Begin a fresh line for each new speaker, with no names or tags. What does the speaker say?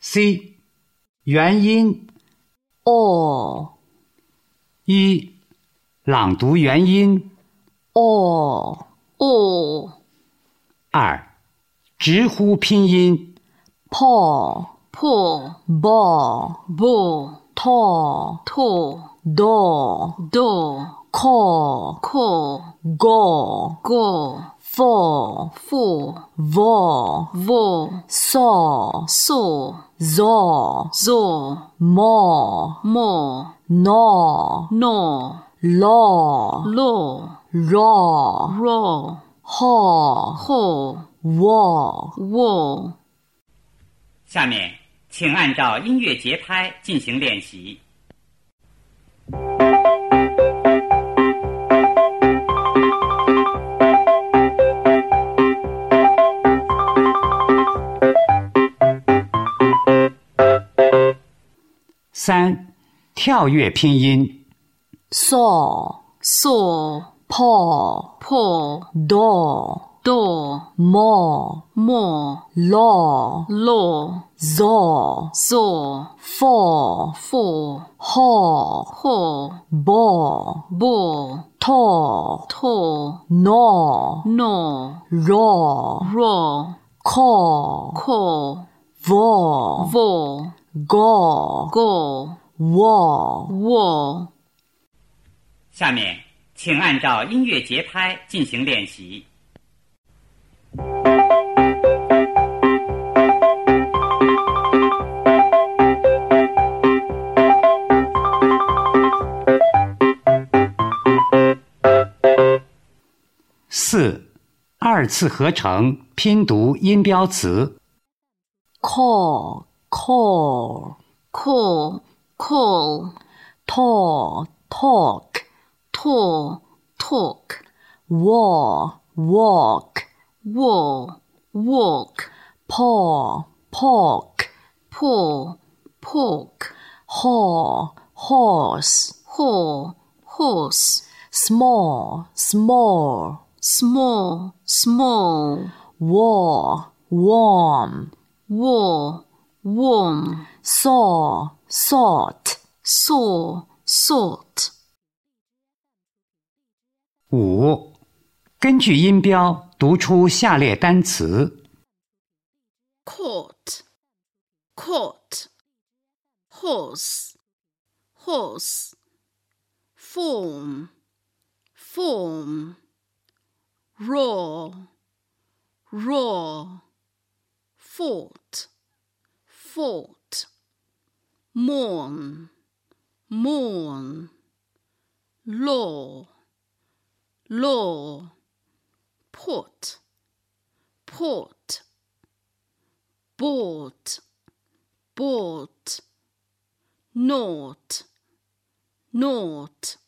C 元音
o
一，朗读元音
o
o
二，直呼拼音
po
po
bo
bo
to
to
do
do
ko
ko
go
go
fo
fu
vo
vo
so
so
zo
zo
mo
mo
no
no
lo
lo
ro
ro
ho
ho
wo
wo
下面，请按照音乐节拍进行练习。
三，跳跃拼音
so
so
po
po
do
do
mo
mo
lo
lo
zo
so
fo
fu
ho
ho
bo
bo
to
to
no
no
ro
ro
ko
ko
vo
vo
go
go
wo
wo
下面，请按照音乐节拍进行练习。
四，二次合成拼读音标词
ko ko
call call
to talk
to talk
wo walk
wo walk
po poke
pull poke
ho horse
ho horse
small small
small small
war warm
war warm
saw sought
saw salt
五，根据音标读出下列单词。
caught, caught, horse, horse, form, form, roar, roar, fort, fort, mourn, mourn, law, law, port, port bought, bought, naught, naught.